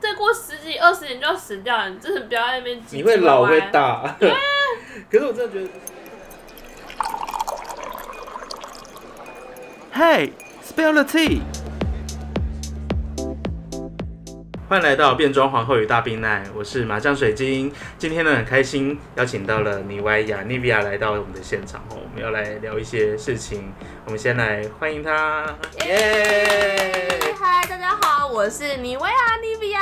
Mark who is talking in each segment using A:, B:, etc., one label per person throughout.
A: 再过十几二十年就要死掉了，你真的不要在那边啊唧唧
B: 你会老
A: 歪歪
B: 会大。 可是我真的觉得，
C: Hey, spell the tea。欢迎来到变装皇后与大冰奶，我是麻将水晶。今天呢，很开心邀请到了妮维亚、妮维亚来到我们的现场哦，我们要来聊一些事情。我们先来欢迎她，耶、
A: 嗨，大家好，我是啊妮维亚妮比亚。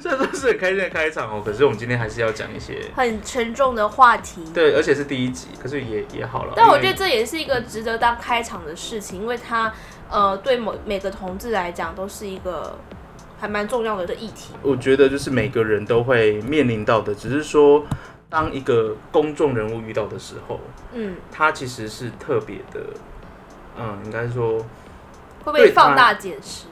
C: 虽然说是很开心的开场哦，可是我们今天还是要讲一些，
A: 很沉重的话题。
C: 对，而且是第一集，可是也也好了。
A: 但我觉
C: 因
A: 得
C: 为
A: 这也是一个值得当开场的事情，因为它呃对某每个同志来讲都是一个还蛮重要的议题。
C: 我觉得就是每个人都会面临到的，只是说当一个公众人物遇到的时候，
A: 嗯，
C: 他其实是特别的，嗯，应该说，
A: 会被
C: 对它
A: 放大解释。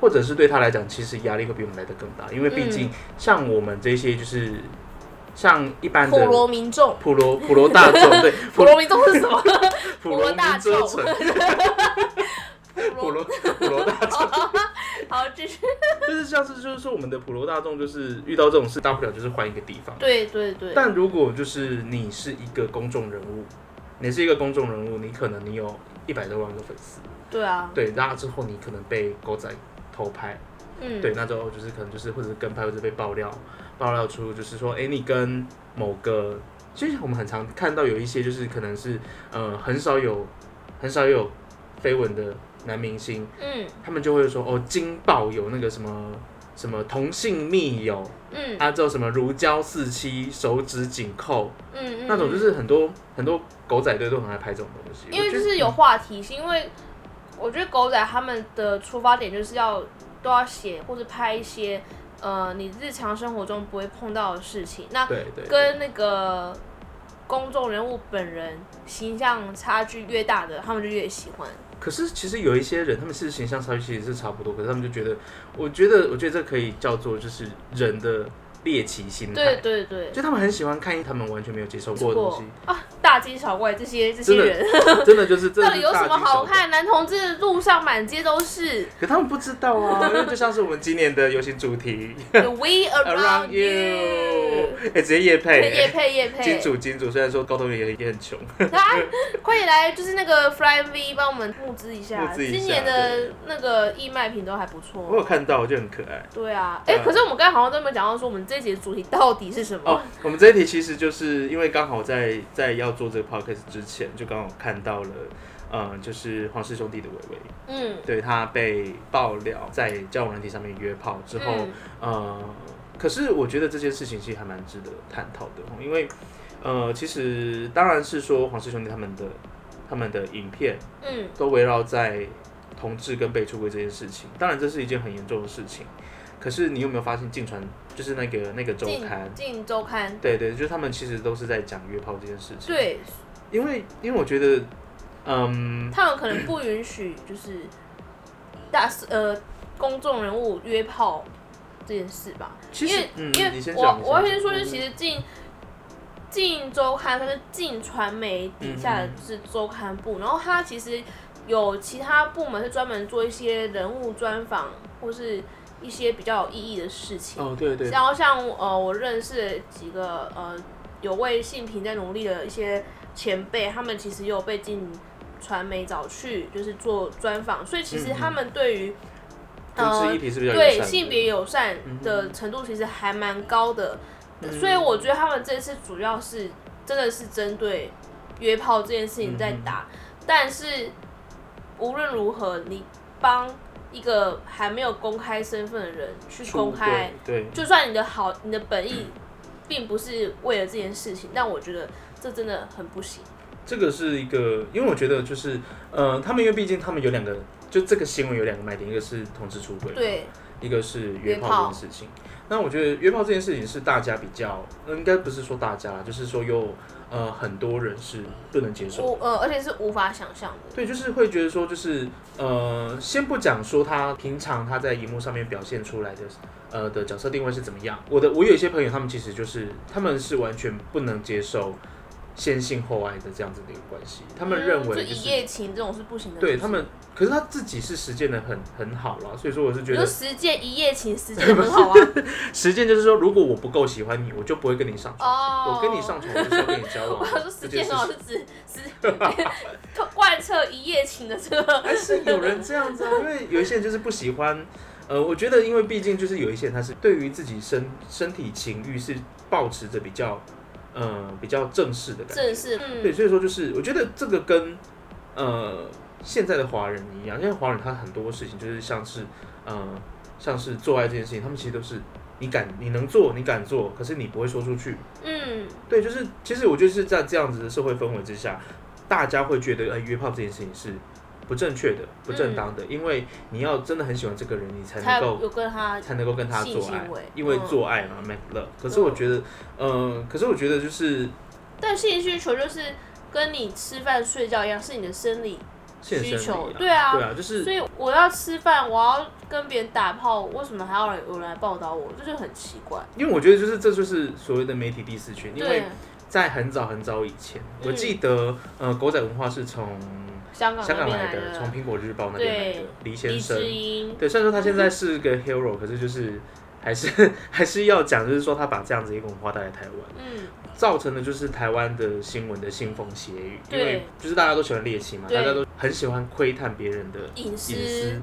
C: 或者是对他来讲，其实压力会比我们来的更大，因为毕竟像我们这些就是像一般
A: 普
C: 的
A: 罗民众，
C: 普罗普罗大众，对
A: 普罗民众是什么？
C: 普
A: 罗大众
C: 民遮城普罗普罗大众，
A: 好，这是
C: 就是像是就是说我们的普罗大众，就是遇到这种事，大不了就是换一个地方。
A: 对对对，
C: 但如果就是你是一个公众人物，你是一个公众人物，你可能你有一百多万个粉丝，
A: 对啊，
C: 对，那之后你可能被狗仔偷拍，
A: 嗯，
C: 对，那之后就是可能就是或者是跟拍，或者是被爆料，爆料出就是说，哎、你跟某个，其实我们很常看到有一些就是可能是呃很少有很少有绯闻的男明星，
A: 嗯
C: 他们就会说哦，金爆有那个什么什么同性密友，
A: 嗯
C: 啊，之后什么如胶似漆、手指紧扣。
A: 嗯嗯，
C: 那种就是很多很多狗仔队都很爱拍这种东西，
A: 因为
C: 我觉
A: 就
C: 得嗯
A: 是有话题性，因为我觉得狗仔他们的出发点就是要都要写或者拍一些呃你日常生活中不会碰到的事情，那
C: 对对对
A: 跟那个公众人物本人形象差距越大的，他们就越喜欢。
C: 可是其实有一些人，他们事实形象差距其实是差不多，可是他们就觉得，我觉得我觉得这可以叫做就是人的猎奇心
A: 对
C: 态，
A: 对对，
C: 嗯就他们很喜欢看一他们完全没有接受过的东西，
A: 啊，大惊小怪这些这些
C: 真的
A: 人
C: 真的就是这
A: 到底 有什么好？看？男同志路上满街都 是
C: 可他们不知道 啊，因为就像是我们今年的游行主题
A: The We Around
C: Around
A: You
C: You，。哎、直接夜配、
A: 叶配叶配，
C: 金主金主，虽然说高同也也很穷，
A: 啊，快点来，就是那个 Fly V 帮我们募资一下。
C: 募资一下
A: 今年的那个义卖品都还不
C: 我有
A: 错。
C: 看到，我觉得很可爱。
A: 对啊，哎、
C: 对啊
A: 可是我们刚才好像都没有讲到说我们这一集的主题到底是什么。
C: 哦，我们这一题其实就是因为刚好在在要做这个 podcast 之前，就刚好看到了，嗯，就是黄氏兄弟的伟伟，
A: 嗯
C: 对他被爆料在交友软体上面约炮之后，
A: 嗯
C: 呃，可是我觉得这件事情其实还蛮值得探讨的哦，因为呃，其实当然是说黄氏兄弟他们的他们的影片
A: 嗯，
C: 都围绕在同志跟被出轨这件事情，当然这是一件很严重的事情。可是你有没有发现，进传就是那个那个周
A: 进
C: 刊，
A: 进周刊，
C: 对对，就是他们其实都是在讲约炮这件事情。，
A: 对
C: 因为因为我觉得，嗯，
A: 他们可能不允许就是大呃公众人物约炮这件事吧。
C: 其
A: 因
C: 实
A: 为、
C: 嗯，
A: 因
C: 你
A: 为
C: 先
A: 我
C: 讲，嗯
A: 我要
C: 你
A: 先说，就
C: 讲
A: 是其实近近周刊它是近传媒底下
C: 嗯
A: 的是周刊部，然后它其实有其他部门是专门做一些人物专访或是一些比较有意义的事情。
C: 哦，对对，
A: 然后像呃，我认识的几个呃有为性平在努力的一些前辈，他们其实也有被进传媒找去，就是做专访，所以其实
C: 嗯嗯
A: 他们对于、
C: 同志议题是比较
A: 嗯
C: 友
A: 对
C: 善
A: 性
C: 的
A: 别友善的
C: 嗯
A: 程度其实还蛮高的，
C: 嗯
A: 所以我觉得他们这次主要是真的是针对约炮这件事情
C: 嗯
A: 在打，但是无论如何，你帮一个还没有公开身份的人去
C: 出
A: 公开，
C: 轨，
A: 就算你的好，你的本意并不是为了这件事情，但我觉得这真的很不行。
C: 对，这个是一个，因为我觉得就是，呃，他们因为毕竟他们有两个，就这个新闻有两个卖点，一个是同志出轨，，
A: 对，
C: 一个是
A: 约
C: 约
A: 炮
C: 炮这件事情。那我觉得约炮这件事情是大家比较，呃应该不是说大家啦，就是说有呃很多人是不能接受的
A: 无呃，而且是无法想象的。
C: 对，就是会觉得说，就是呃，先不讲说他平常他在荧幕上面表现出来的呃的角色定位是怎么样。我的我有一些朋友，他们其实就是他们是完全不能接受先性后爱的这样子的一个关系。他
A: 嗯
C: 们认为
A: 就
C: 就
A: 一
C: 是、
A: 夜情这种是不行的。
C: 对
A: 是不
C: 他
A: 是
C: 们，可是他自己是实践的很很好啦，所以说我是觉
A: 你说
C: 得
A: 实践一夜情，实践很 好啊。
C: 实践就是说，如果我不够喜欢你，我就不会跟你上床。
A: 哦，
C: 我跟你上床，我就是要跟你交往。
A: 我要说实
C: 这
A: 践
C: 件事
A: 很好
C: 情
A: 是指实 贯彻一夜情的这 个。
C: 还是有人这样子啊，因为有一些人就是不喜欢。呃，我觉得，因为毕竟就是有一些人他是对于自己身身体情欲是保持着比较，呃，比较正式的感觉。
A: 正式，
C: 对，
A: 嗯，
C: 所以说就是我觉得这个跟呃现在的华人一样，因为华人他很多事情就是像是呃像是做爱这件事情，他们其实都是你敢你能做你敢做，可是你不会说出去。
A: 嗯，
C: 对，就是其实我觉得是在这样子的社会氛围之下，大家会觉得呃约炮这件事情是不正确的、不正当的，因为你要真的很喜欢这个人，你才
A: 才
C: 能够
A: 有跟嗯他
C: 才能够跟他
A: 性
C: 做爱
A: 行为，
C: 因为
A: 嗯
C: 做爱嘛、make love。可是我觉得，呃，可是我觉得就是
A: 但性需求就是跟你吃饭睡觉一样，是你的生理
C: 现
A: 需
C: 身
A: 求。
C: 力
A: 对啊，
C: 对啊，就是
A: 所以我要吃饭，我要跟别人打炮，为什么还要有人来报道我？这就很奇怪。
C: 因为我觉得就是这就是所谓的媒体第四群，因为
A: 对，
C: 在很早很早以前，我
A: 嗯
C: 记得呃狗仔文化是从
A: 香港
C: 香
A: 那
C: 港
A: 边
C: 来的，从
A: 的
C: 苹果日报那边来的
A: 对
C: 黎先
A: 黎
C: 生。
A: 智英，
C: 对，虽然说他现在是个 hero，可是就是还是 还是要讲，就是说他把这样子一个文化带来台湾，
A: 嗯，
C: 造成的就是台湾的新闻的腥风血雨，因
A: 对
C: 为就是大家都喜欢猎奇嘛，
A: 对
C: 大家都很喜欢窥探别人的
A: 隐
C: 隐私
A: 私，。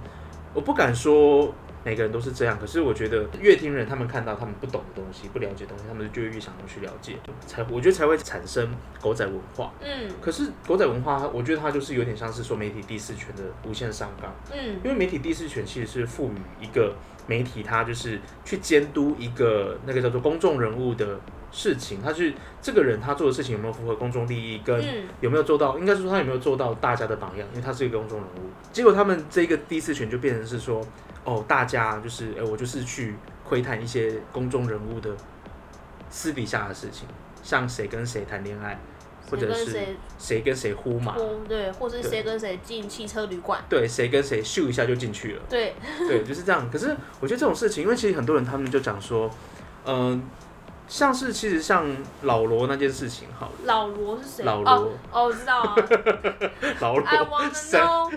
C: 我不敢说每个人都是这样，可是我觉得乐听人他们看到他们不懂的东西、不了解的东西，他们就越想要去了解，才我觉得才会产生狗仔文化。
A: 嗯
C: 可是狗仔文化，我觉得它就是有点像是说媒体第四权的无限上纲。
A: 嗯
C: 因为媒体第四权其实是赋予一个媒体，它就是去监督一个那个叫做公众人物的事情，他是这个人他做的事情有没有符合公众利益，跟
A: 嗯，
C: 有没有做到，应该是说他有没有做到大家的榜样，因为他是一个公众人物。结果他们这个第四权就变成是说，哦，大家就是，哎、我就是去窥探一些公众人物的私底下的事情，像谁跟谁谈恋爱，或
A: 谁
C: 者
A: 跟
C: 是
A: 谁
C: 谁跟谁呼嘛，
A: 哭，对，或是
C: 对
A: 谁跟谁进汽车旅馆，
C: 对，谁跟谁咻一下就进去了。
A: 对，
C: 对，就是这样。可是我觉得这种事情，因为其实很多人他们就讲说，嗯、像是其实像老罗那件事情好了，
A: 老罗是谁？
C: 老
A: 哦
C: 罗，
A: 哦，我知道啊
C: 老
A: ，I
C: 罗，
A: wanna
C: 谁
A: know，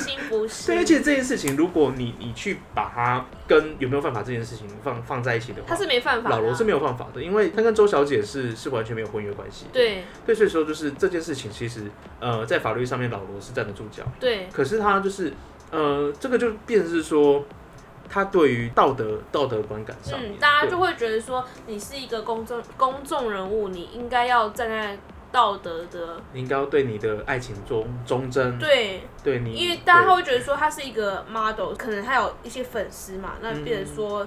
A: 信不
C: 对，而
A: 信？
C: 且这件事情，如果你你去把它跟有没有犯法这件事情放放在一起的
A: 他
C: 话，
A: 是没犯法的啊，
C: 老罗是没有犯法的，因为他跟周小姐是是完全没有婚约关系。
A: 对
C: 对，所以说就是这件事情，其实呃，在法律上面老罗是站得住脚。
A: 对，
C: 可是他就是，呃，这个就变成是说，他对于道德道德观感上面，
A: 嗯，大家
C: 对
A: 就会觉得说你是一个公众公众人物，你应该要站在道德的
C: 你应该要对你的爱情忠忠贞，
A: 对，
C: 嗯对你，
A: 因为大家会觉得说他是一个 model，可能他有一些粉丝嘛，那
C: 嗯
A: 变成说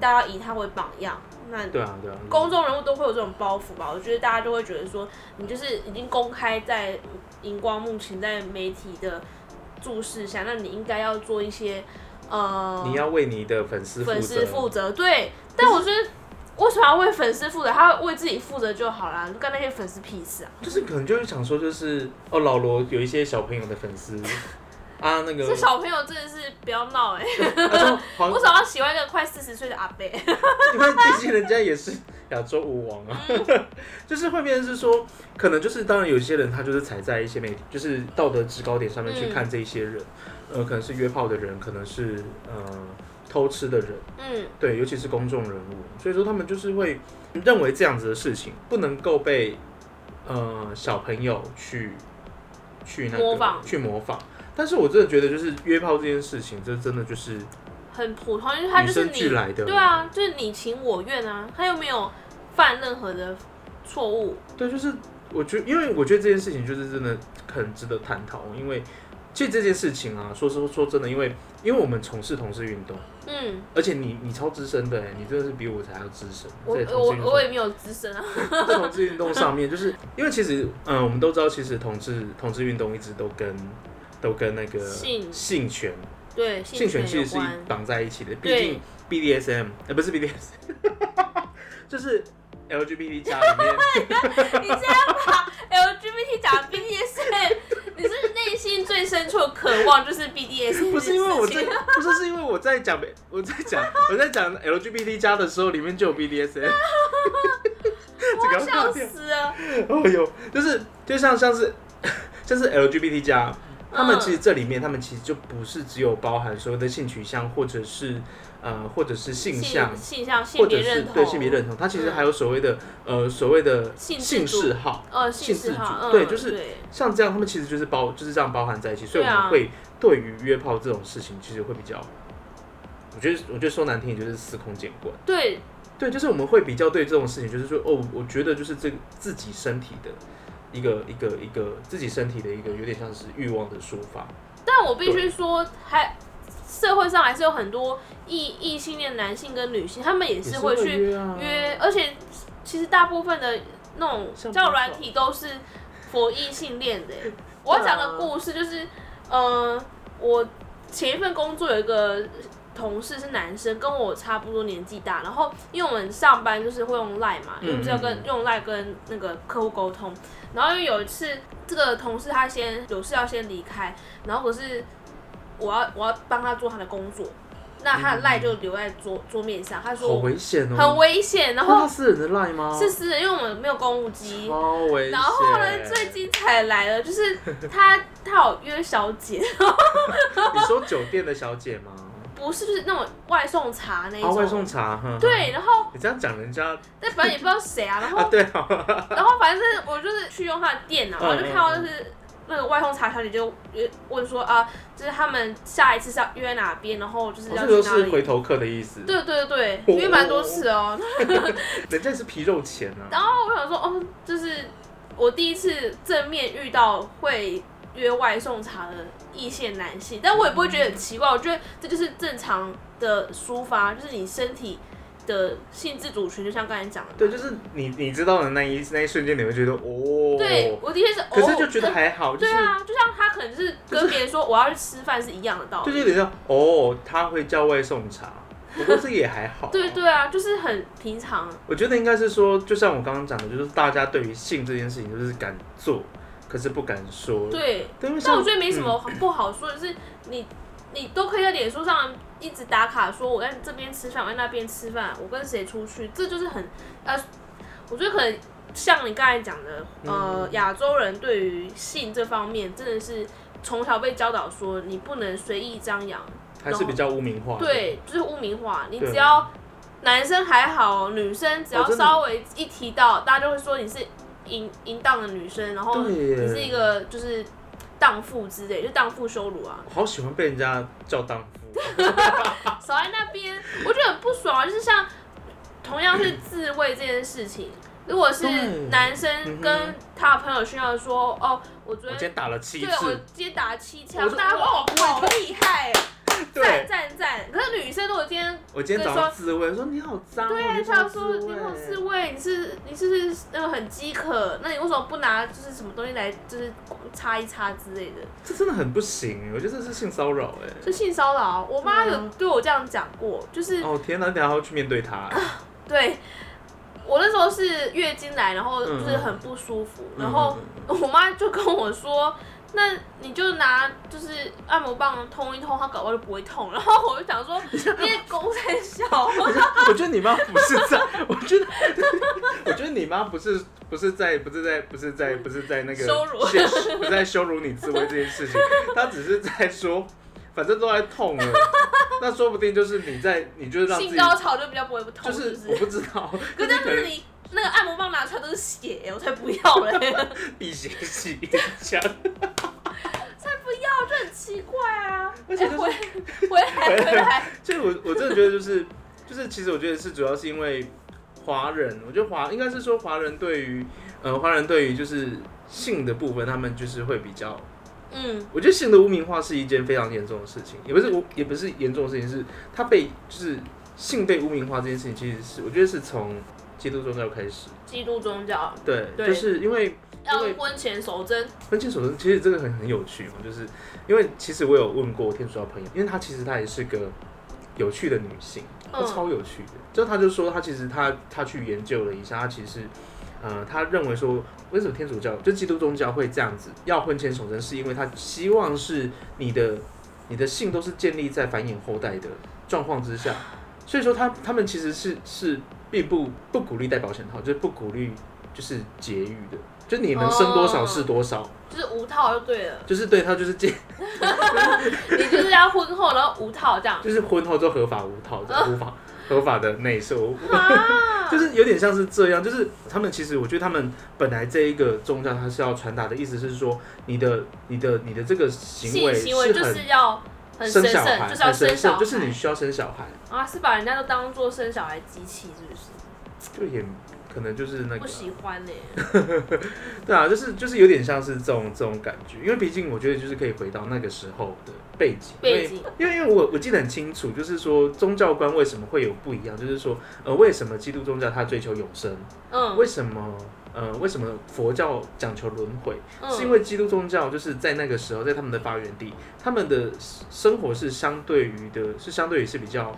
A: 大家以他为榜样，那
C: 对对啊对啊，
A: 公众人物都会有这种包袱吧？我觉得大家就会觉得说你就是已经公开在荧光幕前，在媒体的注视下，那你应该要做一些呃，
C: 你要为你的粉丝负
A: 粉丝
C: 责，
A: 负责，对。但我觉得为什么要为粉丝负责？他为自己负责就好啦，就干那些粉丝屁事啊！
C: 就是可能就是想说，就是哦，老罗有一些小朋友的粉 丝啊，那个
A: 这小朋友真的是不要闹哎、
C: 他说黄
A: 为，什么要喜欢一个快四十岁的阿伯？
C: 因为毕竟人家也是亚洲舞王 啊，就是会变成是说，可能就是当然有些人他就是踩在一些媒体就是道德制高点上面去
A: 嗯
C: 看这一些人，呃，可能是约炮的人，可能是呃偷吃的人。
A: 嗯，
C: 对，尤其是公众人物，所以说他们就是会认为这样子的事情不能够被呃小朋友去去那个
A: 模仿
C: 去模仿。但是我真的觉得，就是约炮这件事情，这真的就是
A: 很普通，因为他
C: 与
A: 就是
C: 生俱
A: 你，
C: 来的。
A: 对，啊，就是你情我愿啊，他又没有犯任何的错误。
C: 对，就是我觉因为我觉得这件事情就是真的很值得探讨，因为其实这件事情啊，说说说真的，因为因为我们从事同志运动，
A: 嗯，
C: 而且你你超资深的、欸，你真的是比我才要资深。
A: 我
C: 在同志运
A: 我
C: 动
A: 我也没有资深啊。
C: 在同志运动上面， 就是因为其实，嗯，我们都知道，其实同志同志运动一直都跟都跟那个
A: 性
C: 性权
A: 对，权
C: 性权其
A: 有
C: 实是
A: 关。
C: 绑在一起的，毕
A: 对
C: 竟 BDSM 呃不是 BDSM，就是 LGBT 家 里面，
A: 你这样把 LGBT 讲的 BDSM，你是内心最深处的渴望就是 BDSM，
C: 不是因为我
A: 这
C: 在
A: 件事情，
C: 不是是因为我在讲 我在讲我在讲 LGBT 家的时候，里面就有 BDSM。
A: 我
C: 整个要
A: 笑
C: 掉掉
A: 死了。
C: 哦呦，就是就像像是 像是 LGBT 加，他们
A: 嗯
C: 其实这里面他们其实就不是只有包含所谓的性取向或者是呃或者是性向。
A: 性向、性
C: 或
A: 别
C: 者是
A: 认同，嗯
C: 对性别认同，它其实还有所谓的、呃所谓的
A: 性自
C: 性
A: 主
C: 嗜好，
A: 呃
C: 性
A: 性
C: 自
A: 嗜
C: 主
A: 好，嗯
C: 对就是
A: 对
C: 像这样他们其实就是包就是这样包含在一起，所以我
A: 对啊
C: 们会对于约炮这种事情其实会比较，我觉得我觉得说难听点就是司空见惯。
A: 对
C: 对，就是我们会比较对这种事情，就是说，哦，我觉得就是这个自己身体的一个一个一个自己身体的一个有点像是欲望的抒发，
A: 但我必须说，还社会上还是有很多异异性恋男性跟女性，他们也
C: 也
A: 是会去
C: 约啊，
A: 约，而且其实大部分的那种
C: 像
A: 交友
C: 包
A: 软
C: 括
A: 体都是佛异性恋的欸。
C: 啊
A: 我要讲个故事，就是，嗯、我前一份工作有一个同事是男生，跟我差不多年纪大，然后因为我们上班就是会用 Line 嘛，因为我们是要
C: 嗯嗯
A: 跟
C: 嗯
A: 用 Line 跟那个客户沟通，然后因为有一次这个同事他先有事要先离开，然后可是我要我要帮他做他的工作。那他的赖就留在桌桌面上，他说
C: 嗯好
A: 我
C: 危险哦，
A: 很危险。然
C: 那他哦
A: 后
C: 私人的赖吗？
A: 是私人，因为我们没有公务机。
C: 超危险。
A: 然后呢，最精彩的来了， 就是他他有约小姐，
C: 你说酒店的小姐吗？
A: 不是就是那种外送茶那一
C: 啊，
A: 种。
C: 外送茶，哼，
A: 对，然后
C: 你这样讲人家
A: 但反正也不知道谁啊，然
C: 啊，
A: 后
C: 对啊，
A: 然后反正我就是去用他的电脑，
C: 嗯
A: 然后就看到就是那个外送茶小姐就约问说啊，就是他们下一次是要约哪边，然后就是
C: 哦
A: 要
C: 这
A: 去
C: 就
A: 哪
C: 是回
A: 里。
C: 头客的意思，
A: 对对对，
C: 哦
A: 约蛮多次哦。
C: 人家是皮肉钱啊，
A: 然后我想说，哦，就是我第一次正面遇到会约外送茶的异性男性，但我也不会觉得很奇怪，我觉得这就是正常的抒发，就是你身体的性自主权，就像刚才讲的嘛。
C: 对，就是你你知道的那一那一瞬间，你会觉得哦，
A: 对，我的确是偶
C: 可
A: 尔，
C: 是就觉得还好，就
A: 对
C: 是
A: 啊，就像他可能是跟别人说我要去吃饭是一样的道理。
C: 就是有点像哦，他会叫外送茶，不过这也还好。
A: 对，对啊，就是很平常。
C: 我觉得应该是说，就像我刚刚讲的，就是大家对于性这件事情，就是敢做，可是不敢说。，
A: 对，
C: 对，因为像嗯
A: 但我觉得没什么不好说，就是你你都可以在脸书上一直打卡，说我在这边吃饭，我在那边吃饭，我跟谁出去，这就是很呃，我觉得可能像你刚才讲的，
C: 嗯
A: 呃，亚洲人对于性这方面真的是从小被教导说你不能随意张扬，
C: 还是比较污名化。，
A: 对，就是污名化，你
C: 对
A: 只要。男生还好，女生只
C: 哦
A: 要
C: 真的
A: 稍微一提到，大家就会说你是淫淫荡的女生，然后
C: 对耶
A: 你是一个就是荡妇之类，就荡妇羞辱啊，
C: 我好喜欢被人家叫荡 妇。
A: 少在那边，我觉得很不爽啊。就是像同样是自慰这件事情，如果是
C: 对
A: 男
C: 嗯哼
A: 生跟他的朋友炫耀说，哦，我
C: 我
A: 昨
C: 今
A: 天
C: 天打了七
A: 对我
C: 次，
A: 今天打了七
C: 我
A: 枪，
C: 说
A: 大家说
C: 哇
A: 哦好厉害，赞
C: 对，
A: 赞赞。可是女生如果今天
C: 我今天早上自慰，我说你好脏哦，
A: 对
C: 你
A: 啊，
C: 为什
A: 他
C: 么
A: 说你有
C: 自
A: 自
C: 慰。
A: 慰，你是你是不是那个很饥渴？那你为什么不拿就是什么东西来就是擦一擦之类的？
C: 这真的很不行，我觉得这是性骚扰哎。
A: 就性骚扰，啊我妈有对我这样讲过，就是
C: 啊哦天哪，你等一下还要去面对他，
A: 对我那时候是月经来，然后就是很不舒服，然后
C: 嗯嗯嗯
A: 我妈就跟我说。那你就拿就是按摩棒通一通，它搞不好就不会痛。然后我就想说，你也狗太 小，
C: 我觉得你妈不是在，我觉得，我觉得你妈不是不是在不是在不是在不是在那个
A: 羞辱
C: 现实不是在羞辱你自慰这件事情，她只是在说，反正都在痛了，那说不定就是你在，你就是让自
A: 性
C: 己，
A: 高潮就比较不会痛，
C: 就是是
A: 不
C: 我
A: 是？
C: 不知道，
A: 可
C: 就是
A: 但是你那个按摩棒拿出来都是血、 我才不要嘞！
C: 避邪洗枪，
A: 不要，就很奇怪啊！
C: 而
A: 哎、
C: 且就是
A: 回回 来回来，
C: 就我我真的觉得就是就是，其实我觉得是主要是因为华人，我觉得华应该是说华人对于呃华人对于就是性的部分，他们就是会比较。
A: 嗯，
C: 我觉得性的污名化是一件非常严重的事情，也不是我，也不是严重的事情，是它被就是性被污名化这件事情，其实是我觉得是从基督宗教开始，
A: 基督宗教
C: 对，
A: 对
C: 就是因为
A: 要
C: 因为
A: 婚前守贞，
C: 婚前守贞，其实这个很很有趣哦，就是因为其实我有问过天主教朋友，因为她其实她也是个有趣的女性，她
A: 嗯
C: 超有趣的，就她就说她其实她她去研究了一下，她其实。呃，她认为说，为什么天主教就基督宗教会这样子要婚前守贞，是因为他希望是你的你的性都是建立在繁衍后代的状况之下，所以说他他们其实是是并不不鼓励戴保险套，就是不鼓励就是节育的，就你能生多少
A: 哦
C: 是多少，
A: 就是无套就对了，
C: 就是对他就是建
A: 你就是要婚后然后无套这样
C: 就是婚后就合法无套 的，无法合法的内射，
A: 啊，
C: 就是有点像是这样，就是他们其实我觉得他们本来这一个宗教它是要传达的意思是说，你的你的你的这个行
A: 性
C: 为
A: 行为就
C: 很
A: 是要很神
C: 生小
A: 圣，
C: 孩，
A: 就是要
C: 很神
A: 生小
C: 圣，
A: 孩，
C: 就是你需要生小孩，
A: 啊，是把人家都当做生小孩机器，是不是？
C: 就也可能就是那个
A: 不喜 欢呢、
C: 对啊，就是就是有点像是这种这种感觉，因为毕竟我觉得就是可以回到那个时候的背景，因为
A: 背景
C: 因为因为我我记得很清楚，就是说宗教观为什么会有不一样，就是说呃为什么基督宗教它追求永生，
A: 嗯，
C: 为什么呃为什么佛教讲求轮回，
A: 嗯
C: 是因为基督宗教就是在那个时候在他们的发源地，他们的生活是相对于的是相对于是比较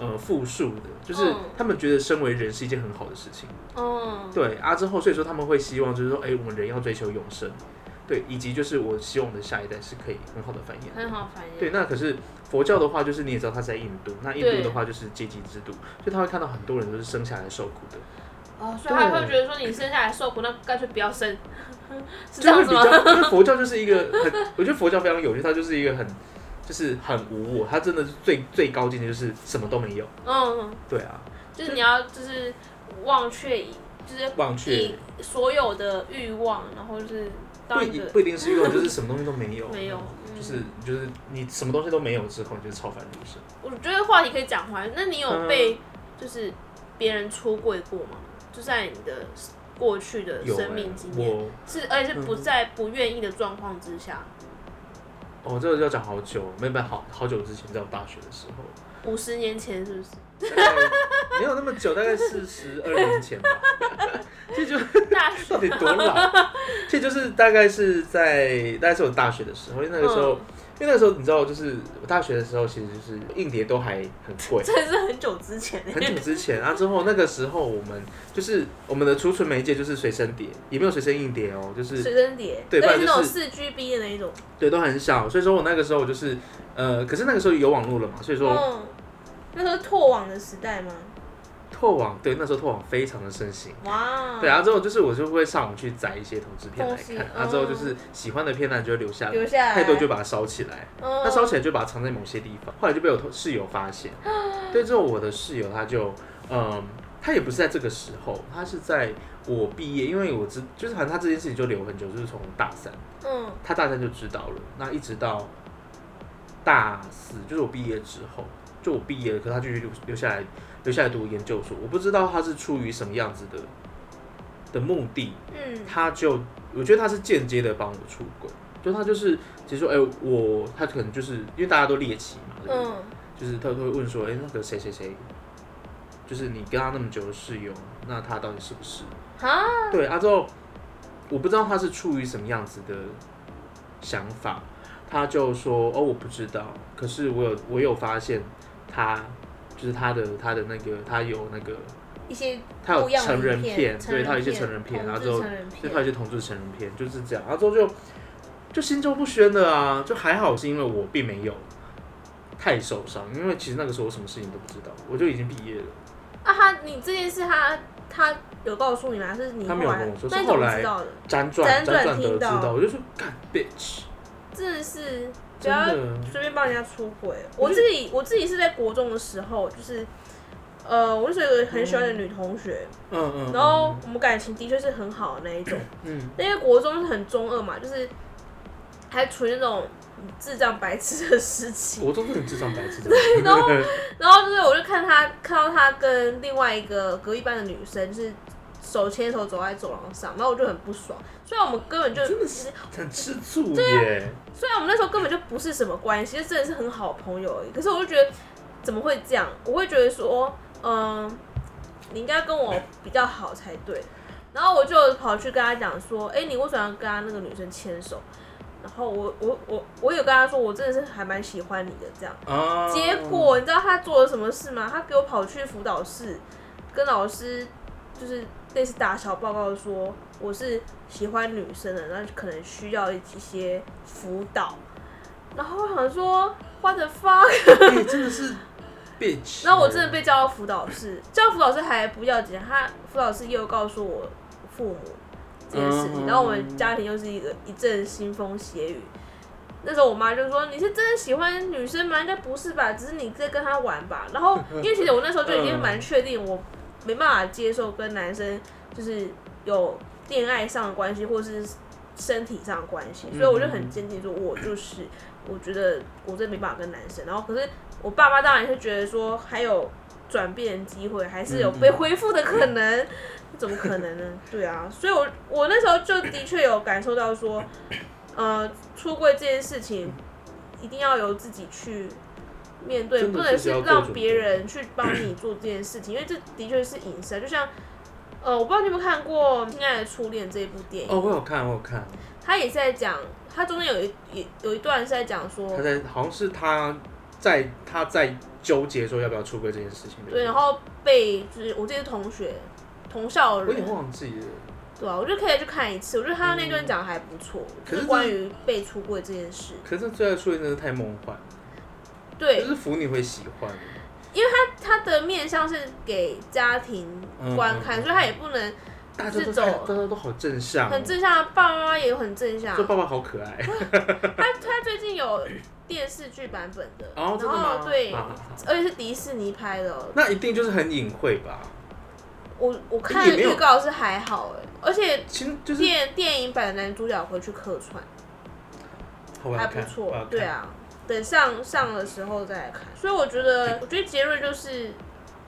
C: 呃富庶的，就是
A: 嗯
C: 他们觉得身为人是一件很好的事情。
A: 嗯，
C: 对啊，之后所以说他们会希望就是说，哎、我们人要追求永生，对，以及就是我希望我的下一代是可以很好的繁衍。
A: 很好反应。
C: 对，那可是佛教的话，就是你也知道他在印度，那印
A: 对
C: 度的话就是阶级制度，所以他会看到很多人都是生下来受苦的，
A: 哦，所以他
C: 对
A: 会觉得说你生下来受苦，那干脆不要生， 是这
C: 就会
A: 样
C: 比
A: 子吗？
C: 较，因为佛教就是一个很，我觉得佛教非常有趣，它就是一个很，就是很无我，它真的是最最高境界就是什么都没有，
A: 嗯，
C: 对啊，
A: 就是你要就是忘却以，就是
C: 忘却
A: 以所有的欲望，然后就是
C: 不
A: 当一
C: 一
A: 个
C: 不一定是欲望，就是什么东西都没有，
A: 没有嗯
C: 就是就是你什么东西都没有之后，你就是超凡入圣。
A: 我觉得话题可以讲回来。那你有
C: 嗯
A: 被就是别人出柜过吗？就在你的过去的
C: 有、欸
A: 生命经，验，
C: 我
A: 是而且是不在不愿意的状况之下，
C: 哦，这个要讲好久，没有没有好好久之前，在我大学的时 候，
A: 五十年前是不是？
C: 大概没有那么久，大概四十二年前吧。 这就
A: 大学，
C: 到底多老？这就是大概是在大概是我大学的时候，因为那个时候，因为那个时候你知道，就是我大学的时候，其实就是硬碟都还很 贵
A: 真的是很久之前欸
C: 很久之前啊。之后那个时候，我们就是我们的储存媒介就是随身碟，也没有随身硬碟哦，就是
A: 随身碟，
C: 对不然
A: 是
C: 就是
A: 那种四 GB 的那一种。
C: 对都很小。所以说我那个时候就是呃，可是那个时候有网络了嘛，所以说
A: 嗯，那时候拓网的时代吗？
C: 拓网，对，那时候拓网非常的盛行。
A: 哇，
C: 对，然后啊之后就是我就会上网去载一些投资片来
A: 嗯东西嗯
C: 看，啊然后之后就是喜欢的片段就会留下来，
A: 留下来
C: 太多就把它烧起来，
A: 嗯，
C: 那烧起来就把它藏在某些地方，后来就被我同室友发现。对，之后我的室友他就，嗯，他也不是在这个时候，他是在我毕业，因为我知就是反正他这件事情就留很久，就是从大三，
A: 嗯，
C: 他大三就知道了，那一直到大四，就是我毕业之后，就我毕业了，可是他继续留留下来，留下来读研究所。我不知道他是出于什么样子的的目的，
A: 嗯，
C: 他就我觉得他是间接的帮我出轨，就他就是其实说，哎、我他可能就是因为大家都猎奇嘛，对不对
A: 嗯，
C: 就是他都会问说，哎、那个谁谁谁，就是你跟他那么久的室友，那他到底是不是？
A: 啊，
C: 对啊，之后我不知道他是出于什么样子的想法，他就说哦，我不知道，可是我有我有发现他就是他的他的那个他有那个
A: 一些
C: 他有
A: 不一样的
C: 成人
A: 影
C: 片，
A: 成
C: 对
A: 人
C: 他有一些成人片，
A: 同
C: 然后
A: 志
C: 之后
A: 成人
C: 就
A: 片
C: 他有一些同志成人片就是这样，然后之后就就心照不宣的啊，就还好是因为我并没有太受伤，因为其实那个时候我什么事情都不知道，我就已经毕业了。
A: 啊，他你这件事他他有告诉你吗？还是你
C: 他
A: 后
C: 没有跟
A: 来
C: 我说？
A: 那
C: 是
A: 你
C: 后
A: 怎么
C: 来
A: 知道的？辗
C: 辗转辗
A: 转
C: 转得
A: 听
C: 知
A: 到
C: 道，我就说干 bitch，
A: 真的是不
C: 真
A: 要
C: 的嗯
A: 随便帮人家出轨。我自己我自己是在国中的时候，就是呃，我那时候有个很喜欢的女同学，
C: 嗯嗯，
A: 然后我们感情的确是很好的那一种。
C: 嗯，
A: 因为国中是很中二嘛，就是还处于那种智障白痴的时期。
C: 国中真的智障白 痴，对，
A: 然后然后就是我就看他看到他跟另外一个隔壁班的女生就是手牵手走在走廊上，然后我就很不爽。虽然我们根本就
C: 真的是很吃醋耶，
A: 虽然我们那时候根本就不是什么关系，就真的是很好朋友而已。可是我就觉得怎么会这样？我会觉得说，嗯、你应该跟我比较好才对。然后我就跑去跟他讲说，哎、你为什么要跟他那个女生牵手？然后我我我我有跟他说，我真的是还蛮喜欢你的这样。
C: 啊，
A: 结 果你知道他做了什么事吗？他给我跑去辅导室，跟老师就是类似打小报告说我是喜欢女生的，那可能需要一些辅导。然后我想说，what the fuck？
C: 哎真的是哎
B: bitch，
A: 然后我真的被叫到辅导室，叫到辅导室还不要紧，他辅导室又告诉我父母这件事情，嗯
B: 嗯
A: 然后我们家庭又是一个一阵腥风血雨。那时候我妈就说：“你是真的喜欢女生吗？应该不是吧，只是你在跟她玩吧。”然后因为其实我那时候就已经蛮确定，我没办法接受跟男生就是有恋爱上的关系，或是身体上的关系，所以我就很坚定说，我就是我觉得我真没办法跟男生。然后可是我爸妈当然是觉得说还有转变的机会，还是
B: 嗯
A: 有被恢复的可能，怎么可能呢？对啊，所以我我那时候就的确有感受到说，呃，出柜这件事情一定要由自己去。面对
B: 真的
A: 不能
B: 是
A: 是
B: 要做
A: 让
B: 准备
A: 别人去帮你做这件事情，因为这的确是隐身。就像，呃，我不知道你有没有看过《亲爱的初恋》这一部电影，
C: 哦，我有看，我有看，
A: 他也是在讲，他中间有一有有一段是在讲说
C: 他，在好像是他在他在纠结说要不要出轨这件事情。
A: 对，然后被就是我这些同学同校的
C: 我有点
A: 人，
C: 忘记了。
A: 对啊，我就可以去看一次，我觉得他那段讲得还不错，
C: 嗯可
A: 就是是关于被出柜这件事，
C: 可是最爱初恋真的太梦幻，就
A: 对，
C: 是腐女会喜欢。
A: 他的面向是给家庭观看，
C: 嗯嗯嗯
A: 所以他也不能
C: 大家都
A: 是走
C: 太大家都好正向哦，
A: 很正向，啊爸爸妈妈也有很正向
C: 这，爸爸好可爱。
A: 他他最近有电视剧版本的，然
C: 哦，真的
A: 后
C: 吗？
A: 对，
C: 啊
A: 而且是迪士尼拍的哦，
C: 那一定就是很隐晦吧？
A: 我我看
C: 也
A: 了
C: 没有
A: 预告是还好哎，而且
C: 其实就是
A: 电电影版的男主角回去客串，
C: 好我要
A: 还
C: 看
A: 不
C: 我
A: 错，
C: 要看
A: 对啊。等上上的时候再来看，所以我觉得，我觉得结论就是，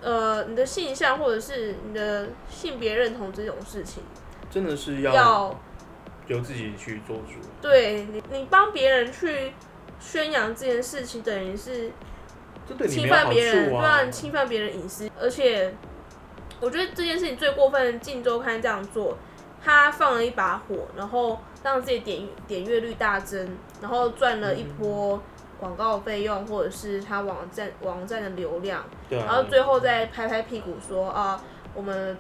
A: 呃，你的性向或者是你的性别认同这种事情，
C: 真的是要
A: 要
C: 由自己去做主。
A: 对你，你帮别人去宣扬这件事情，等于是
C: 这对你没
A: 侵
C: 有
A: 犯
C: 好
A: 别人，啊
C: 处
A: 对
C: 啊
A: 啊，！你侵犯别人隐私，而且我觉得这件事情最过分，《镜周刊》这样做，他放了一把火，然后让自己点点阅率大增，然后赚了一波广告费用，或者是他网站网站的流量，
C: 对啊，
A: 然后最后再拍拍屁股说啊，我们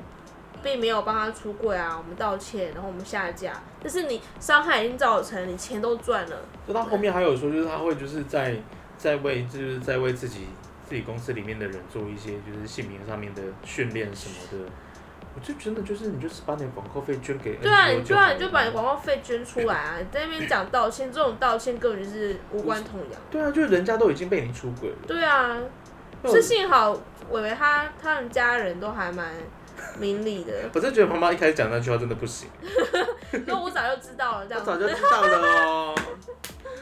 A: 并没有帮他出柜啊，我们道歉，然后我们下架，但是你伤害已经造成，你钱都赚了，
C: 就他后面还有说，就是他会就是在在为就是在为自己自己公司里面的人做一些就是姓名上面的训练什么的。我就真的就是你就是把你的广告费捐给
A: 对啊，
C: NGO
A: 你对啊，
C: 好
A: 你就把你
C: 了
A: 广告费捐出来啊！你在那边讲道歉，这种道歉根本就是无关痛痒。
C: 对啊，就是人家都已经被你出轨了，
A: 对啊，
C: 那我
A: 是幸好伟伟他他们家人都还蛮明理 的，
C: 我真的觉得妈妈一开始讲那句话真的不行，
A: 那我早就知道了这
C: 我
A: 样嗯
C: 早
A: 子。
C: 就知道了哦。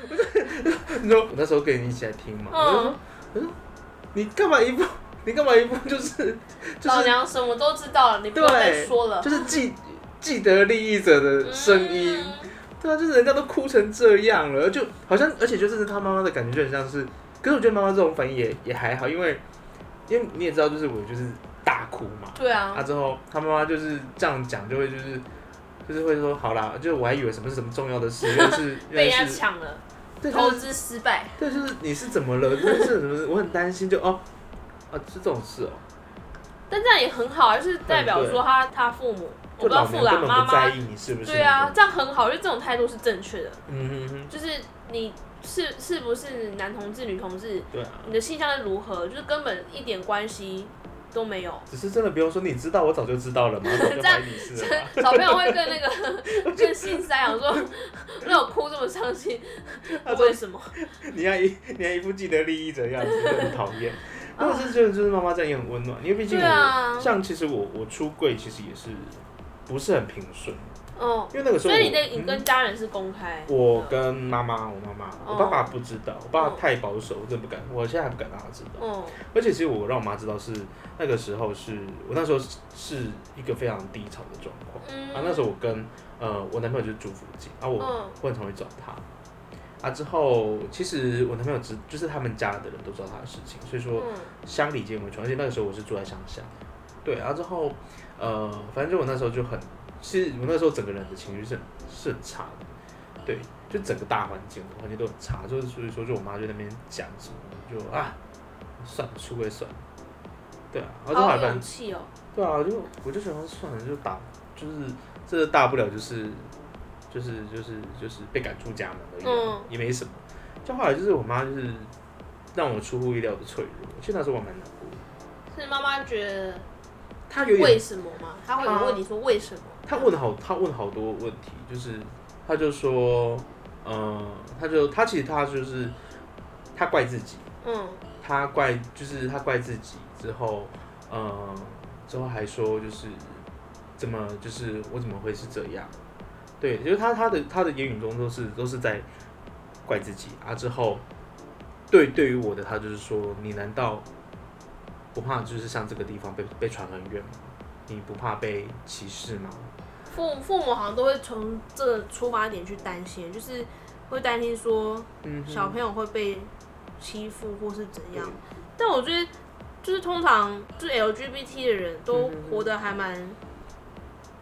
C: 你说我那时候跟你一起来听嘛，我就说
A: 嗯，
C: 你干嘛一步，你干嘛一步就是就是
A: 老娘什么都知道了，你不
C: 对
A: 要再说了。
C: 就是既既得利益者的声
A: 嗯
C: 音。对啊，就是人家都哭成这样了，就好像，而且就是他妈妈的感觉就很像是，可是我觉得妈妈这种反应也也还好，因为因为你也知道，就是我就是大哭嘛，
A: 对
C: 啊
A: 啊，
C: 之后他妈妈就是这样讲，就会就是就是会说好啦，就是我还以为什么是什么重要的 事，原来是
A: 被
C: 原
A: 人
C: 来
A: 家
C: 是
A: 抢了，
C: 对，就
A: 投
C: 是
A: 资失败。
C: 对，就是你是怎么了？就是什么？我很担心就，哦啊，是这种事哦，
A: 但这样也很好啊，就是代表
C: 嗯对
A: 说他他父母，我不
C: 就
A: 知道
C: 老
A: 父
C: 娘
A: 老
C: 根
A: 妈
C: 本不在
A: 妈，
C: 意你是不是？
A: 对啊，，这样很好，因为这种态度是正确的。
C: 嗯哼哼，
A: 就是你是是不是男同志、女同志，
C: 对啊。
A: 你的性向是如何，就是根本一点关系都没有。
C: 只是真的不用说，你知道，我早就知道了嘛，我早就
A: 这样
C: 怀疑你是了嘛。
A: 小朋友会跟那个 跟性三讲说，让我哭这么伤心，为什么？
C: 你还一你还一副既得利益者的样子，就很讨厌。 但我是觉得就是妈妈这样也很温暖，因为毕竟
A: 对
C: 我、
A: 啊，
C: 像其实我我出柜其实也是不是很平顺，
A: 嗯，
C: 因为那个时
A: 所
C: 候我
A: 以你的你
C: 嗯
A: 跟家人是公开，
C: 我跟妈妈，我妈妈，我
A: 嗯
C: 爸爸不知道，我
A: 哦
C: 爸爸太保守，我真的不敢，我现在还不敢让他知道。
A: 嗯
C: 而且其实我让我妈知道是那个时候是我那时候是是一个非常低潮的状况。
A: 嗯
C: 啊，那时候我跟呃我男朋友就是住附近，啊我、
A: 嗯
C: 我很常会找他，啊之后其实我男朋友知就是他们家的人都知道他的事情，所以说
A: 嗯
C: 乡里间为传，而且那个时候我是住在乡下，对，啊之后呃反正就我那时候就很，其实我那时候整个人的情绪是很是很差的，对，就整个大环境环境都很差，就是所以说就我妈就在那边讲什么就啊算了出轨算了，对啊，然后之后
A: 好
C: 还
A: 有
C: 反
A: 勇气哦，
C: 对啊，就我就想说算了，就打，就是这大不了就是就是就是就是被赶出家门而已啊、
A: 嗯
C: 也没什么。就后来就是我妈就是让我出乎意料的脆弱。其实那时候我蛮难过的，
A: 是妈妈觉得
C: 他有
A: 为
C: 点，
A: 什么吗？她会有问你说为什么？
C: 他问好，他问好多问题，就是他就说，呃，他就他其实他就是他怪自己，
A: 嗯，
C: 他怪就是他怪自己之后，呃，之后还说就是怎么就是我怎么会是这样？对，就是他他的他的言语中都是都是在怪自己啊。之后对对于我的他就是说，你难道不怕就是像这个地方被被传很远吗？你不怕被歧视吗？
A: 父父母好像都会从这个出发点去担心，就是会担心说
C: 嗯哼，
A: 小朋友会被欺负或是怎样。但我觉得，就是通常就是 LGBT 的人都活得还蛮，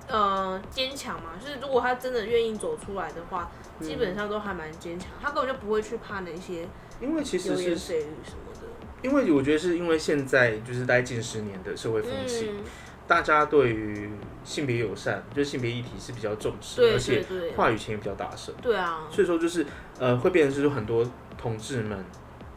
A: 呃，坚强嘛。就是如果他真的愿意走出来的话，
C: 嗯
A: 基本上都还蛮坚强，他根本就不会去怕那些
C: 因为其实
A: 流言
C: 是
A: 蜚语什么的。
C: 因为我觉得是因为现在就是待近十年的社会风气，
A: 嗯，
C: 大家对于性别友善，就是性别议题是比较重视，
A: 对
C: 而且
A: 对对，
C: 话语权也比较大声，
A: 对啊，
C: 所以说就是呃，会变成就是很多同志们，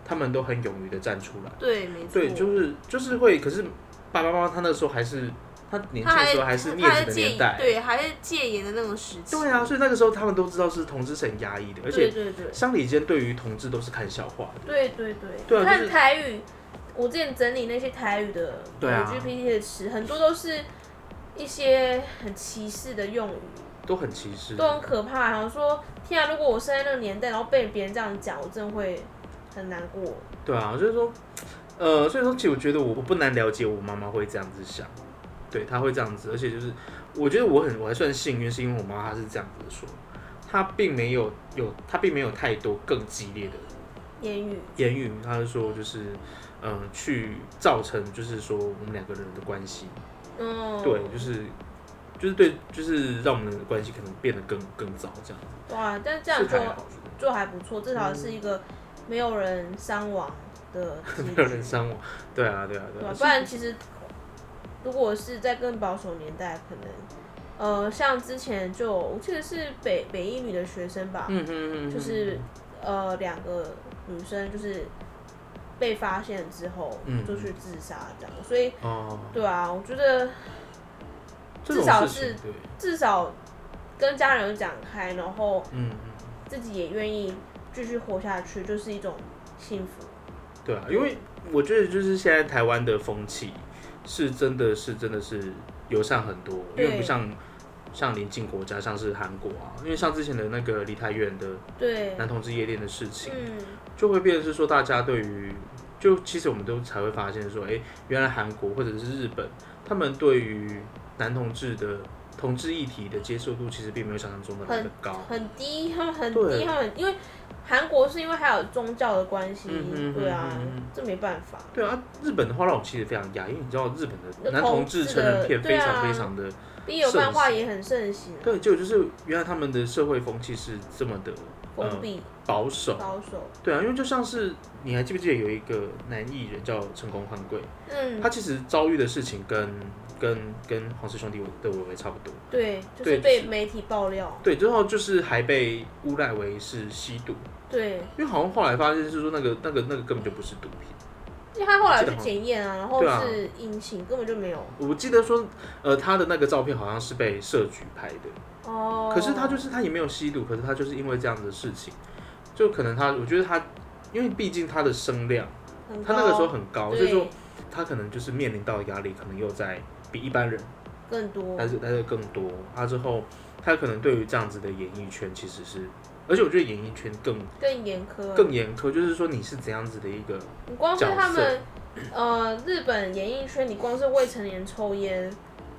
C: 他们都很勇于的站出来，
A: 对，没错。
C: 对，就是就是会，可是爸爸妈妈他那时候还是他年轻
A: 他
C: 的
A: 还
C: 时候还是
A: 他
C: 镊
A: 还
C: 子的
A: 戒
C: 年代，
A: 对，还在戒严的那种时期。
C: 对啊，所以那个时候他们都知道是同志是很压抑的，而
A: 对
C: 且
A: 对对。
C: 乡里间对于同志都是看笑话的，
A: 对对对，
C: 对啊
A: 你看
C: 就是
A: 台语，我之前整理那些台语的
C: 对啊
A: GPT 的词，很多都是一些很歧视的用语，
C: 都很歧视，
A: 都很可怕。然后说，天啊，如果我生在那个年代，然后被别人这样讲，我真的会很难过。
C: 对啊，就是说，呃，所以说，其实我觉得我我不难了解我妈妈会这样子想，对，她会这样子，而且就是我觉得我很我还算幸运，是因为我妈她是这样子说，她并没有有她并没有太多更激烈的
A: 言语，
C: 言语，她是说就是嗯、呃去造成就是说我们两个人的关系，
A: 嗯，
C: 对，就是。就是对，就是让我们的关系可能变得更更糟，这样子
A: 哇，但这样
C: 是
A: 就
C: 还好，
A: 就还不错，至少是一个没有人伤亡的结
C: 没
A: 局，
C: 有人伤我。对啊，对啊，对
A: 对
C: 啊
A: 啊，。不然其实如果是在更保守年代，可能呃，像之前就我记得是北北一女的学生吧，
C: 嗯嗯嗯，
A: 就是呃两个女生就是被发现之后
C: 嗯
A: 就去自杀这样，所以
C: 哦，
A: 对啊，我觉得
C: 这种
A: 至少
C: 事情
A: 是
C: 对，
A: 至少跟家人有讲开，然后
C: 嗯嗯。
A: 自己也愿意继续活下去，就是一种幸福。
C: 对啊，因为我觉得就是现在台湾的风气是真的是真的是友善很多，因
A: 对
C: 为不像像邻近国家，像是韩国啊，因为像之前的那个梨泰院的
A: 对，
C: 男同志夜店的事情，
A: 嗯，
C: 就会变成是说大家对于就其实我们都才会发现说，哎、原来韩国或者是日本，他们对于男同志的同志议题的接受度其实并没有想象中的来的高。
A: 很低，他们很
C: 对
A: 低，他们很因为韩国是因为还有宗教的关系，
C: 嗯哼
A: 对啊
C: 嗯哼嗯哼，
A: 这没办法。
C: 对啊，日本的话让我其实非常压抑，你知道日本的
A: 有
C: 男同
A: 同
C: 志
A: 志
C: 成人
A: 的
C: 片非
A: 对
C: 常
A: 啊嗯
C: 非常的
A: B 友漫画也很盛行，
C: 对，就就是原来他们的社会风气是这么的呃
A: 封闭
C: 保守。
A: 保守，
C: 对啊，因为就像是你还记不记得有一个男艺人叫成功汉贵，
A: 嗯，
C: 他其实遭遇的事情跟跟跟黄氏兄弟的伟伟差不多。
A: 对，就
C: 对
A: 是
C: 就是
A: 被媒体爆料，
C: 对，之后就是还被诬赖为是吸毒，
A: 对，
C: 因为好像后来发现是说那个那个那个根本就不是毒品。
A: 因为他后来去检验啊，然后
C: 对啊
A: 是阴性，根本就没有
C: 我记得说，呃，他的那个照片好像是被设局拍的，
A: 哦。
C: 可是他就是他也没有吸毒，可是他就是因为这样的事情，就可能他我觉得他，因为毕竟他的声量。
A: 很高
C: 他那个时候很高，所以
A: 对
C: 说他可能就是面临到的压力，可能又在比一般人
A: 更多
C: 来，的来的更多。他之后，他可能对于这样子的演艺圈其实是，而且我觉得演艺圈更
A: 更严苛，啊
C: 更严苛，就是说你是怎样子的一个，
A: 你光是
C: 角色
A: 他们，呃，日本演艺圈，你光是未成年抽烟，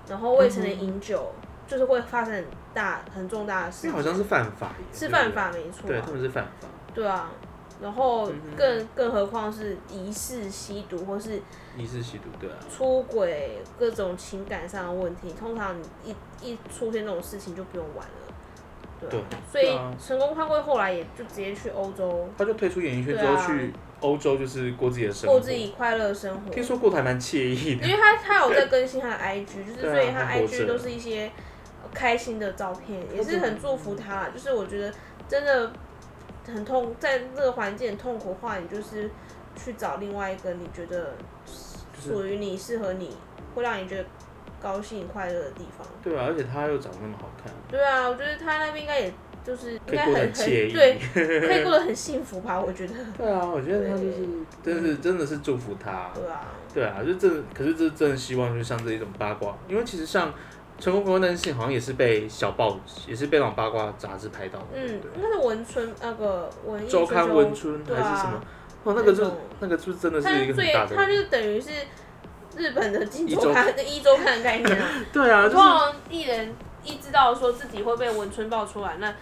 A: 然后未成
C: 嗯
A: 年饮酒，就是会发生很大、很重大的事
C: 因为
A: 情，
C: 好像是犯法耶，
A: 啊是犯法没错
C: 嗯对不嗯对，对
A: 啊、
C: 他们是犯法，
A: 对啊。然后更更何况是疑似吸毒或是
C: 疑似吸毒，对啊，
A: 出轨各种情感上的问题，通常你一一出现这种事情就不用玩了，对啊所
C: 对
A: 以
C: 啊
A: 成功潘贵后来也就直接去欧洲
C: 他就退出演艺圈之后
A: 对啊
C: 去欧洲，就是过自己的生活
A: 过自，己快乐生活。
C: 听说过得还蛮惬意的，
A: 因为他他有在更新他的 IG，就是
C: 对啊
A: 所以他
C: 他活着
A: IG 都是一些开心的照片，也是很祝福他啦。就是我觉得真的很痛，在这个环境很痛苦的话，你就是
D: 去找另外一个你觉得属于你、适合你，会让你觉得高兴、快乐的地方。
C: 对啊，而且他又长得那么好看，
D: 对啊，我觉得他那边应该也就是应
C: 可以
D: 该
C: 过
D: 很
C: 得很惬意
D: 对，可以过得很幸福吧？我觉得，
C: 对啊，我觉得他就是真是真的是祝福他，
D: 对啊，
C: 对啊，就真的可是这真的希望就是像这一种八卦，因为其实像成功国男性好像也是被小报也是被那种八卦杂志拍到的，对
D: 嗯
C: 不，对
D: 应该是文春那个文艺
C: 周刊文春
D: 对
C: 还是什么
D: 啊，，
C: 哦，那个
D: 那
C: 就
D: 种
C: 那个就真的
D: 他
C: 是一
D: 是
C: 个很
D: 最
C: 大
D: 他
C: 的，
D: 就是等于是日本的金
C: 一
D: 周
C: 周
D: 刊跟一周刊的概念啊，
C: 对 啊，就
A: 通
C: 是
A: 常艺人一知道说自己会被文春爆出来，那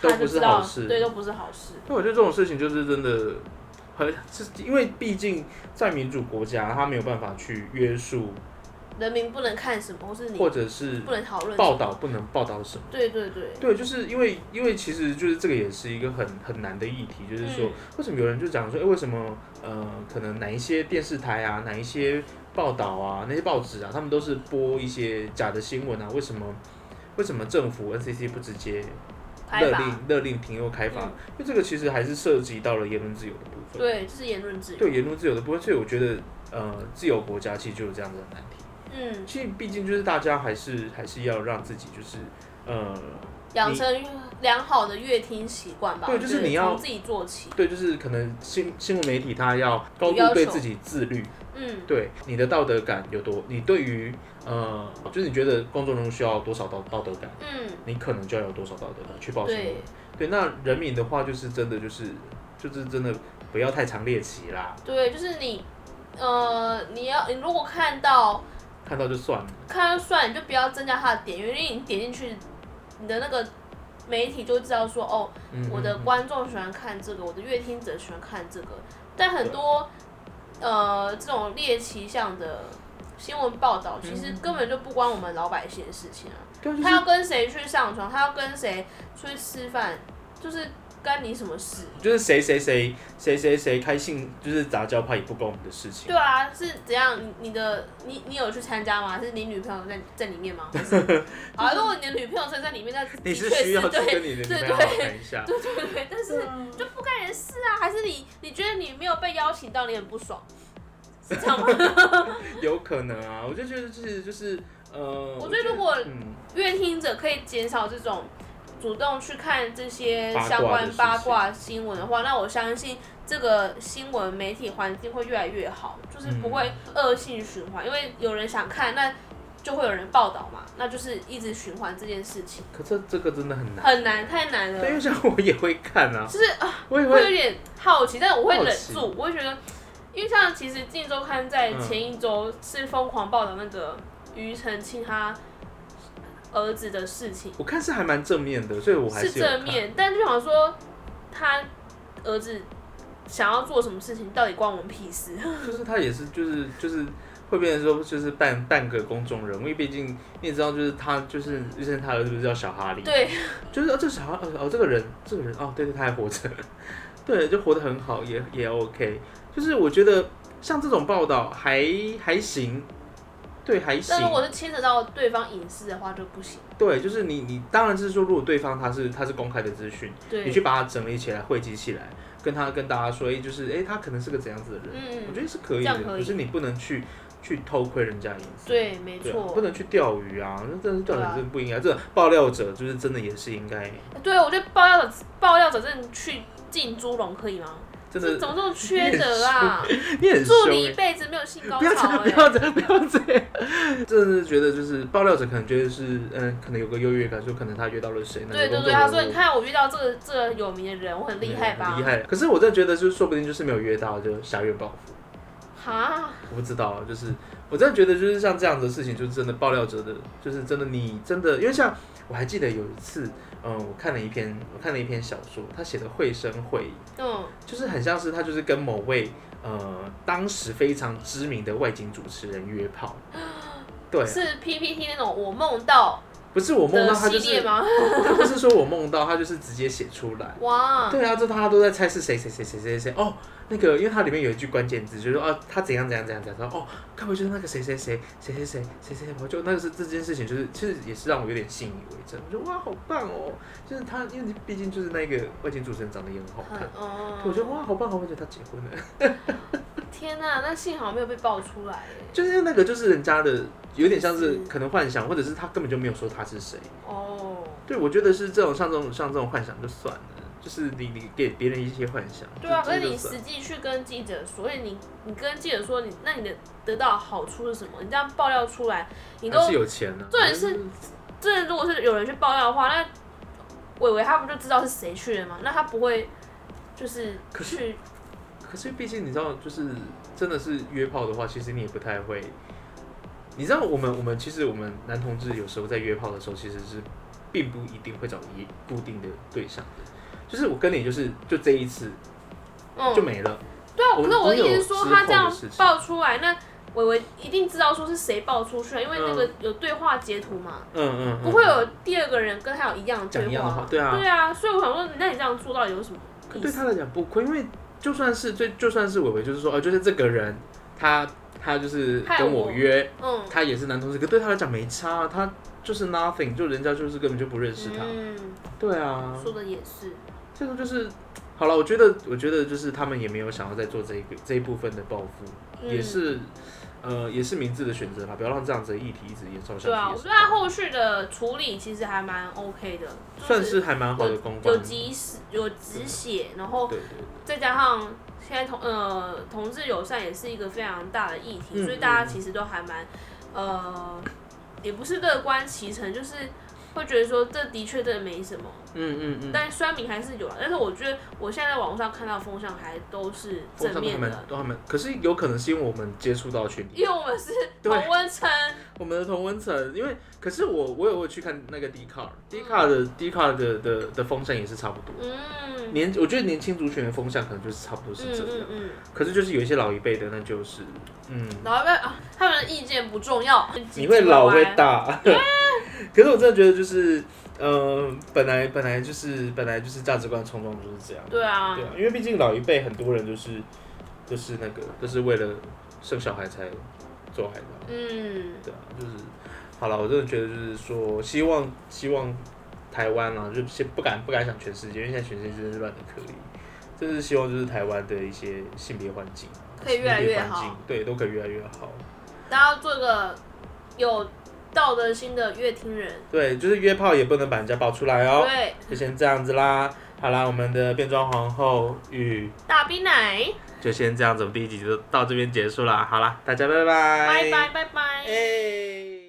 C: 都
A: 他
C: 不
A: 就是知
C: 好
A: 道
C: 事
A: 对都不是好事。
C: 那我觉得这种事情就是真的很是因为毕竟在民主国家，他没有办法去约束
A: 人民不能看什么，或是你
C: 或者是
A: 不能讨论
C: 报道不能报道什么。
A: 对对对，
C: 对，就是因为因为其实就是这个也是一个很很难的议题，就是说、
A: 嗯
C: 为什么有人就讲说，哎、为什么呃，可能哪一些电视台啊，哪一些报道啊，那些报纸啊，他们都是播一些假的新闻啊，为什么为什么政府 NCC 不直接
A: 拍
C: 勒
A: 法
C: 令勒令停用开发？
A: 嗯
C: 因为这个其实还是涉及到了言论自由的部分，
A: 对，就是言论自由。
C: 言论自由的部分，所以我觉得呃，自由国家其实就有这样子的难题。
A: 嗯，
C: 其实毕竟就是大家还是还是要让自己就是呃。
A: 养
C: 你
A: 成良好的阅听习惯吧。
C: 对
A: 我
C: 就是
A: 觉得
C: 你要
A: 从自己做起。
C: 对，就是可能新新闻媒体它要高
A: 要求
C: 度对自己自律，
A: 嗯，
C: 对你的道德感有多，你对于呃，就是你觉得公众人物需要多少道道德感，
A: 嗯，
C: 你可能就要有多少道德感去报新闻
A: 对。
C: 对，那人民的话就是真的就是就是真的不要太常猎奇啦，
A: 对，就是你，呃，你要你如果看到
C: 看到就算了。
A: 看到算，你就不要增加他的点阅，因为你点进去，你的那个媒体就知道说，哦，
C: 嗯，
A: 我的
C: 嗯
A: 观众喜欢看这个，我的乐听者喜欢看这个，但很多呃这种猎奇向的新闻报道，其实根本就不关我们老百姓的事情啊。
C: 对啊，嗯就是
A: 他要跟谁去上床，他要跟谁出去吃饭，就是干你什么事？
C: 就是谁谁谁谁谁谁开性就是杂交派也不关我们的事情。
A: 对啊，是怎样？你你的你你有去参加吗？是你女朋友在在里面吗？还是 好啊，如果你的女朋友真的在里面，那
C: 你
A: 的
C: 是
A: 确
C: 需要去
A: 对
C: 跟你的
A: 对
C: 女朋友
A: 对
C: 好好谈一下，
A: 对对对，但是就不干你的事啊，还是你你觉得你没有被邀请到，你很不爽，是这样吗？
C: 有可能啊，我就觉得就是就是呃，
A: 我觉得如果
C: 嗯，
A: 乐听者可以减少这种主动去看这些
C: 八卦的
A: 相关
C: 事情
A: 八卦新闻的话，那我相信这个新闻媒体环境会越来越好，就是不会
C: 嗯
A: 恶性循环，因为有人想看，那就会有人报道嘛，那就是一直循环这件事情，
C: 可这这个真的很难，
A: 很难，太难
C: 对，因为
A: 了。
C: 像我也会看啊，
A: 就是啊，
C: 我也
A: 会有
C: 会，
A: 点好奇，但我会
C: 好
A: 忍
C: 奇
A: 住，我会觉得，因为像其实《镜周刊》在
C: 嗯
A: 前一周是疯狂报道那个庾澄庆他儿子的事情。
C: 我看是还蛮正面的，所以我还
A: 是
C: 有
A: 正
C: 看，
A: 面，但就想说他儿子想要做什么事情，到底关我们屁事？
C: 就是他也是就是就是会变成说就是半半个公众人物，因为毕竟你也知道，就是他就是就是他儿子不是叫小哈利，
A: 对，
C: 就是哦这小哈哦哦这个人这个人哦对对他还活着， 对就活得很好也也 OK，就是我觉得像这种报道还还行，对还行
A: 但如，果是牵扯到对方隐私的话就不行。
C: 对就是你你当然是说如果对方他是他是公开的资讯。你
A: 对
C: 去，把它整理起来、汇集起来，跟他跟大家说，哎、就是哎、诶他可能是个怎样子的人，我
A: 嗯
C: 觉，得是可
A: 这
C: 以的。
A: 样可以
C: 是你不能去去偷窥人家隐私，
A: 对，没
C: 对啊，
A: 错
C: 不。能去钓鱼啊，那真的是钓鱼
A: 对啊
C: 真的不应该。这种爆料者就是真的也是应该，
A: 对，我觉得爆料者爆料者真的去进猪笼可以吗？
C: 真
A: 这
C: 的
A: 怎么这么缺德啊？
C: 你很
A: 祝
C: 凶、
A: 你一
C: 欸。
A: 辈子没有性高
C: 不要这
A: 潮
C: 样，不
A: 哎。
C: 要 这样，不要这样！真的是觉得就是爆料者可能觉得是，嗯，可能有个优越感，说可能他约到了谁，那
A: 对对
C: 个工
A: 对，
C: 作
A: 他
C: 人
A: 说
C: 物
A: 你看我遇到这个这个有名的人，我很厉害吧？
C: 嗯厉害。可是我真的觉得就是说不定就是没有约到，就瞎约报复。
A: 哈，
C: 我不知道，就是我真的觉得就是像这样子的事情，就是真的爆料者的，就是真的你真的，因为像我还记得有一次，嗯，我看了一篇我看了一篇小说，他写的绘声绘影，
A: 嗯
C: 就是很像是他就是跟某位呃当时非 常知名的外景主持人约炮，对啊，
A: 是 PPT 那种我梦到
C: 不是我梦
A: 的
C: 到他
A: 系
C: 就是
A: 列，吗？
C: 他 不是说我梦到他就是直接写出来。
A: 哇，
C: 对啊，这大家都在猜是谁谁谁谁谁谁哦，那个因为它里面有一句关键字，就是说哦他怎样怎样怎样怎样，然后哦，该不会就是那个谁谁谁谁谁谁谁谁，我就那个是这件事情，就是其实也是让我有点信以为真，我觉得哇好棒哦，就是他因为毕竟就是那个外景主持人长得也很好看
A: 很，哦，
C: 啊我觉得哇好棒好棒，觉得他结婚了，
A: 天哪、那幸好没有被爆出来欸耶。
C: 就是那个就是人家的有点像是
A: 是
C: 可能幻想，或者是他根本就没有说他是谁，
A: 哦，
C: 对我觉得是这种像这种像这种幻想就算了，就是你你给别人一些幻想，
A: 对啊，
C: 这
A: 可是
C: 这就
A: 你
C: 算
A: 实际去跟记者说，所以你你跟记者说你，那你的得到的好处是什么？你这样爆料出来，你都
C: 还是有钱呢、啊，
A: 重点是这如果是有人去爆料的话，那伟伟他不就知道是谁去了吗？那他不会就是
C: 可是
A: 去
C: 可是毕竟你知道，就是真的是约炮的话，其实你也不太会。你知道我们我们其实我们男同志有时候在约炮的时候，其实是并不一定会找一固定的对象的。就是我跟你就是就这一次
A: 嗯
C: 就没了，
A: 对啊。
C: 我
A: 可是我的
C: 我有
A: 意思是说，
C: 之
A: 他
C: 后
A: 这
C: 的
A: 样
C: 事情
A: 爆出来，那伟伟一定知道说是谁爆出去了，因为那个有对话截图嘛，
C: 嗯嗯，嗯
A: 不会有第二个人跟他有一样的
C: 讲一
A: 对
C: 样的
A: 话
C: 话，。对啊，
A: 对啊，所以我想说，那你这样做到底有什么
C: 可
A: 意
C: 对
A: 思？
C: 他来讲不亏，因为就算是对，就算是伟伟，就是说，呃，就是这个人，他他就是
A: 害
C: 跟
A: 我
C: 我约，
A: 嗯，
C: 他也是男同志，可对他来讲没差啊，他就是 nothing，就人家就是根本就不认识他，
A: 嗯，
C: 对啊，
A: 说的也是，
C: 这个就是好了，我觉得，我觉得就是他们也没有想要再做这一个这一部分的报复，
A: 嗯
C: 也是呃也是明智的选择啦，不要让这样子的议题一直延烧下去。
A: 对啊，我觉得他后续的处理其实还蛮 OK 的，就
C: 算是还蛮好的公关，
A: 有及时有止血，然后
C: 对对对，
A: 再加上现在同呃同志友善也是一个非常大的议题，
C: 嗯
A: 所以大家其实都还蛮呃也不是乐观其成，就是会觉得说这的确真的没什么，
C: 嗯嗯嗯，
A: 但酸民还是有啊。但是我觉得我现在在网络上看到的风向还都是正
C: 风向都还
A: 面
C: 蛮
A: 的，
C: 都还蛮，可是有可能是因为我们接触到群体
A: 因，为我们是
C: 对
A: 同温层，
C: 我们的同温层，因为可是我我有我有去看那个 d 卡 d 卡的 d 卡的的的风向也是差不多，
A: 嗯，
C: 年我觉得年轻族群的风向可能就是差不多是
A: 嗯
C: 这
A: 嗯
C: 样，
A: 嗯，
C: 可是就是有一些老一辈的，那就是嗯。
A: 然后要啊，他们的意见不重要，
C: 你会老会
A: 歪
C: 大。 可是我真的觉得就是，呃，本来本来就是本来就是价值观冲撞就是这样。
A: 对啊
C: 对，啊，因为毕竟老一辈很多人就是就是那个就是为了生小孩才做孩子啊，
A: 嗯，
C: 对啊，就是好了，我真的觉得就是说，希望希望台湾啊，就先不敢不敢想全世界，因为现在全世界真是乱的可以。就是希望就是台湾的一些性别环境啊，
A: 可以越来
C: 性别
A: 越
C: 环境
A: 好，
C: 对，都可以越来越好。
A: 大家做个有道德心的乐听人，
C: 对，就是约炮也不能把人家爆出来哦。
A: 对，
C: 就先这样子啦。好啦，我们的变装皇后与
A: 大冰奶，
C: 就先这样子，我们第一集就到这边结束了。好啦，大家拜拜，
A: 拜拜拜拜。
C: 哎